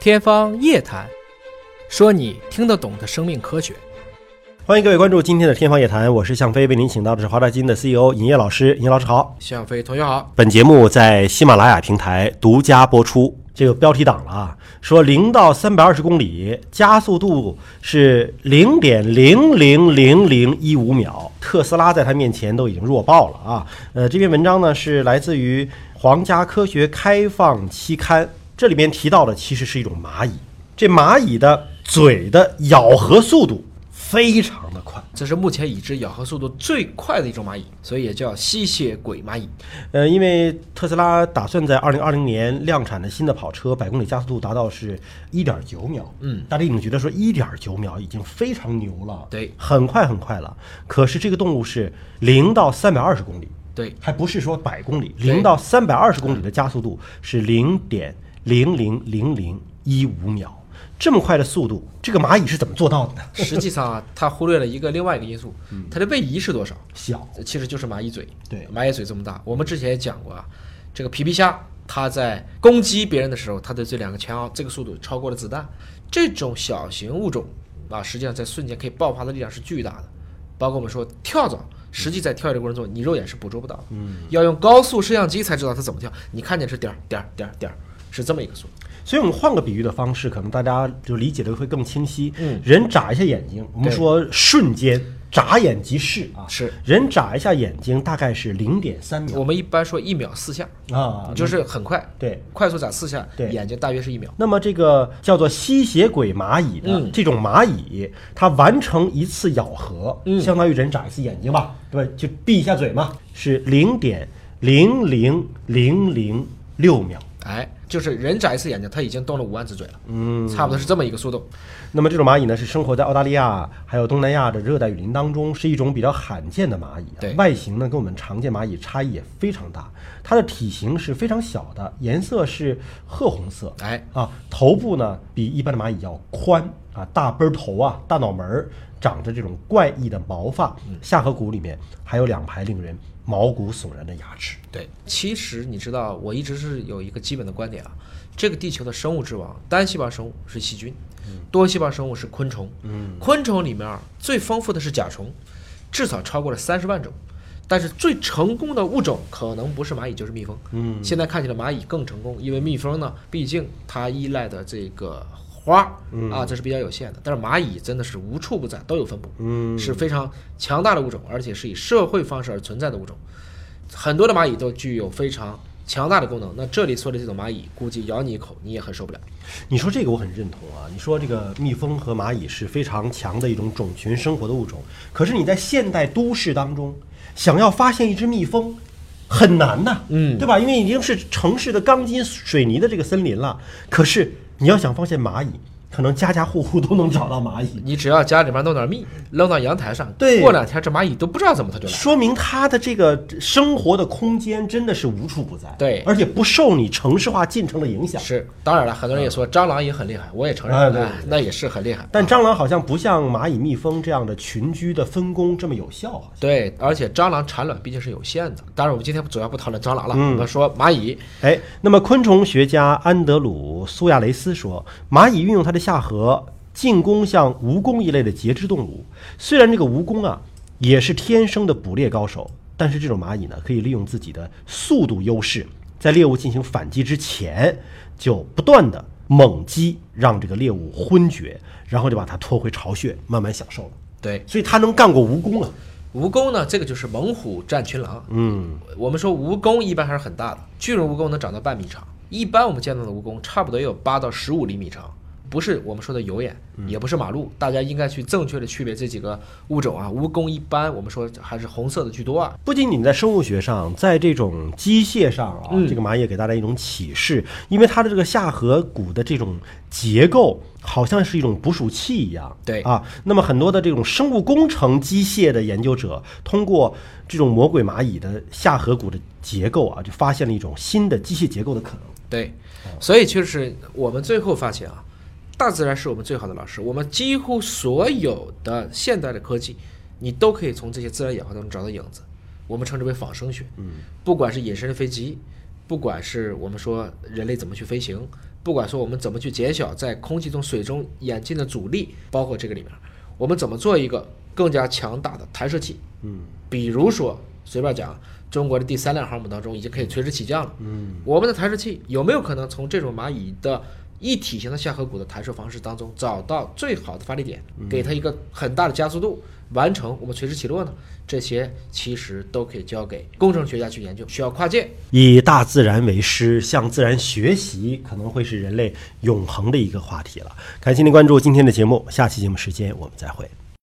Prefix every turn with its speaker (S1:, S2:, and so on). S1: 天方夜谭，说你听得懂的生命科学。
S2: 欢迎各位关注今天的《天方夜谭》，我是向飞，为您请到的是华大基因的 CEO 尹烨老师。尹老师好，
S1: 向飞同学好，
S2: 本节目在喜马拉雅平台独家播出。这个标题党了啊，说零到三百二十公里加速度是零点零零零零一五秒，特斯拉在他面前都已经弱爆了啊。呃，这篇文章呢是来自于皇家科学开放期刊，这里面提到的其实是一种蚂蚁，这蚂蚁的嘴的咬合速度非常的快。
S1: 这是目前已知咬合速度最快的一种蚂蚁，所以也叫吸血鬼蚂蚁。
S2: 呃，因为特斯拉打算在二零二零年量产的新的跑车百公里加速度达到是一点九秒，
S1: 嗯，
S2: 大家已经觉得说一点九秒已经非常牛了，
S1: 对
S2: 很快很快了。可是这个动物是零到三百二十公里，
S1: 对，
S2: 还不是说百公里，
S1: 对
S2: 零到三百二十公里的加速度是零点零零零零一五秒，这么快的速度，这个蚂蚁是怎么做到的呢？
S1: 实际 上啊，它忽略了一个另外一个因素，它的位移是多少？
S2: 小，
S1: 其实就是蚂蚁嘴。
S2: 对
S1: 蚂蚁嘴这么大。我们之前也讲过啊，这个皮皮虾它在攻击别人的时候，它的这两个前摇这个速度超过了子弹。这种小型物种啊，实际上在瞬间可以爆发的力量是巨大的。包括我们说跳蚤，实际在跳跃的过程中，你肉眼是捕捉不到的，嗯，要用高速摄像机才知道它怎么跳。你看见是点儿点儿点儿点儿，是这么一个速度。
S2: 所以我们换个比喻的方式，可能大家就理解的会更清晰。
S1: 嗯
S2: 人眨一下眼睛，我们
S1: 对
S2: 说瞬间眨眼即逝啊，
S1: 是
S2: 人眨一下眼睛大概是零点三秒
S1: 我们一般说一秒四下，
S2: 嗯啊，
S1: 就是很快，
S2: 对。
S1: 快速眨四下，
S2: 对
S1: 眼睛大约是一秒。
S2: 那么这个叫做吸血鬼蚂蚁的、
S1: 嗯
S2: 这种蚂蚁，它完成一次咬合，
S1: 嗯
S2: 相当于人眨一次眼睛吧，对吧？就闭一下嘴嘛，是零点零零零零六秒。
S1: 哎，就是人眨一次眼睛，它已经动了五万次嘴了，
S2: 嗯，
S1: 差不多是这么一个速度。
S2: 那么这种蚂蚁呢，是生活在澳大利亚还有东南亚的热带雨林当中，是一种比较罕见的蚂蚁、啊。
S1: 对
S2: 外形呢跟我们常见蚂蚁差异也非常大，它的体型是非常小的，颜色是褐红色
S1: 哎，
S2: 啊，头部呢比一般的蚂蚁要宽啊，大背头啊，大脑门儿长着这种怪异的毛发，下颌骨里面还有两排令人毛骨悚然的牙齿。
S1: 对，其实你知道，我一直是有一个基本的观点啊，这个地球的生物之王，单细胞生物是细菌，多细胞生物是昆虫。嗯，昆虫里面啊最丰富的是甲虫，至少超过了三十万种。但是最成功的物种可能不是蚂蚁就是蜜蜂。嗯，现在看起来蚂蚁更成功，因为蜜蜂呢，毕竟它依赖的这个花儿啊，这是比较有限的。但是蚂蚁真的是无处不在，都有分布，嗯，是非常强大的物种，而且是以社会方式而存在的物种。很多的蚂蚁都具有非常强大的功能。那这里说的这种蚂蚁，估计咬你一口，你也很受不了。
S2: 你说这个我很认同啊！你说这个蜜蜂和蚂蚁是非常强的一种种群生活的物种，可是你在现代都市当中，想要发现一只蜜蜂很难呐、
S1: 嗯
S2: 对吧？因为已经是城市的钢筋水泥的这个森林了，可是你要想发现蚂蚁，可能家家户户都能找到蚂蚁。
S1: 你只要家里面弄点蜜，扔到阳台上，
S2: 对
S1: 过两天这蚂蚁都不知道怎么它就来了。
S2: 说明它的这个生活的空间真的是无处不在，
S1: 对
S2: 而且不受你城市化进程的影响。
S1: 是，当然了，很多人也说蟑螂也很厉害，我也承认，
S2: 哎对对
S1: 哎那也是很厉害。啊
S2: 但蟑螂好像不像蚂蚁、蜜蜂这样的群居的分工这么有效啊。
S1: 对，而且蟑螂产卵毕竟是有限的。当然，我们今天主要不讨论蟑螂了，
S2: 嗯
S1: 我们说蚂蚁。
S2: 哎，那么昆虫学家安德鲁·苏亚雷斯说，蚂蚁运用它的下颌进攻像蜈蚣一类的节肢动物。虽然这个蜈蚣啊也是天生的捕猎高手，但是这种蚂蚁呢，可以利用自己的速度优势，在猎物进行反击之前，就不断的猛击，让这个猎物昏厥，然后就把它拖回巢穴，慢慢享受了。
S1: 对，
S2: 所以它能干过蜈蚣啊。
S1: 蜈蚣呢，这个就是猛虎战群狼。嗯，我们说蜈蚣一般还是很大的，巨人蜈蚣能长到半米长，一般我们见到的蜈蚣差不多也有八到十五厘米长，不是我们说的有眼，也不是马路，大家应该去正确的区别这几个物种啊。蜈蚣一般我们说还是红色的居多啊，
S2: 不仅仅在生物学上，在这种机械上啊，
S1: 嗯
S2: 这个蚂蚁也给大家一种启示，因为它的这个下颌骨的这种结构，好像是一种捕鼠器一样。
S1: 对
S2: 啊，那么很多的这种生物工程机械的研究者，通过这种魔鬼蚂蚁的下颌骨的结构啊，就发现了一种新的机械结构的可能。
S1: 对，所以就是我们最后发现啊，大自然是我们最好的老师。我们几乎所有的现代的科技，你都可以从这些自然演化当中找到影子。我们称之为仿生学。嗯，不管是隐身的飞机，不管是我们说人类怎么去飞行，不管说我们怎么去减小在空气中、水中演进的阻力，包括这个里面，我们怎么做一个更加强大的弹射器？嗯，比如说随便讲，中国的第三辆航母当中已经可以垂直起降了。嗯，我们的弹射器有没有可能从这种蚂蚁的一体型的下颌骨的弹射方式当中找到最好的发力点，给它一个很大的加速度，完成我们垂直起落呢？这些其实都可以交给工程学家去研究，需要跨界。
S2: 以大自然为师，向自然学习，可能会是人类永恒的一个话题了。感谢您关注今天的节目，下期节目时间我们再会。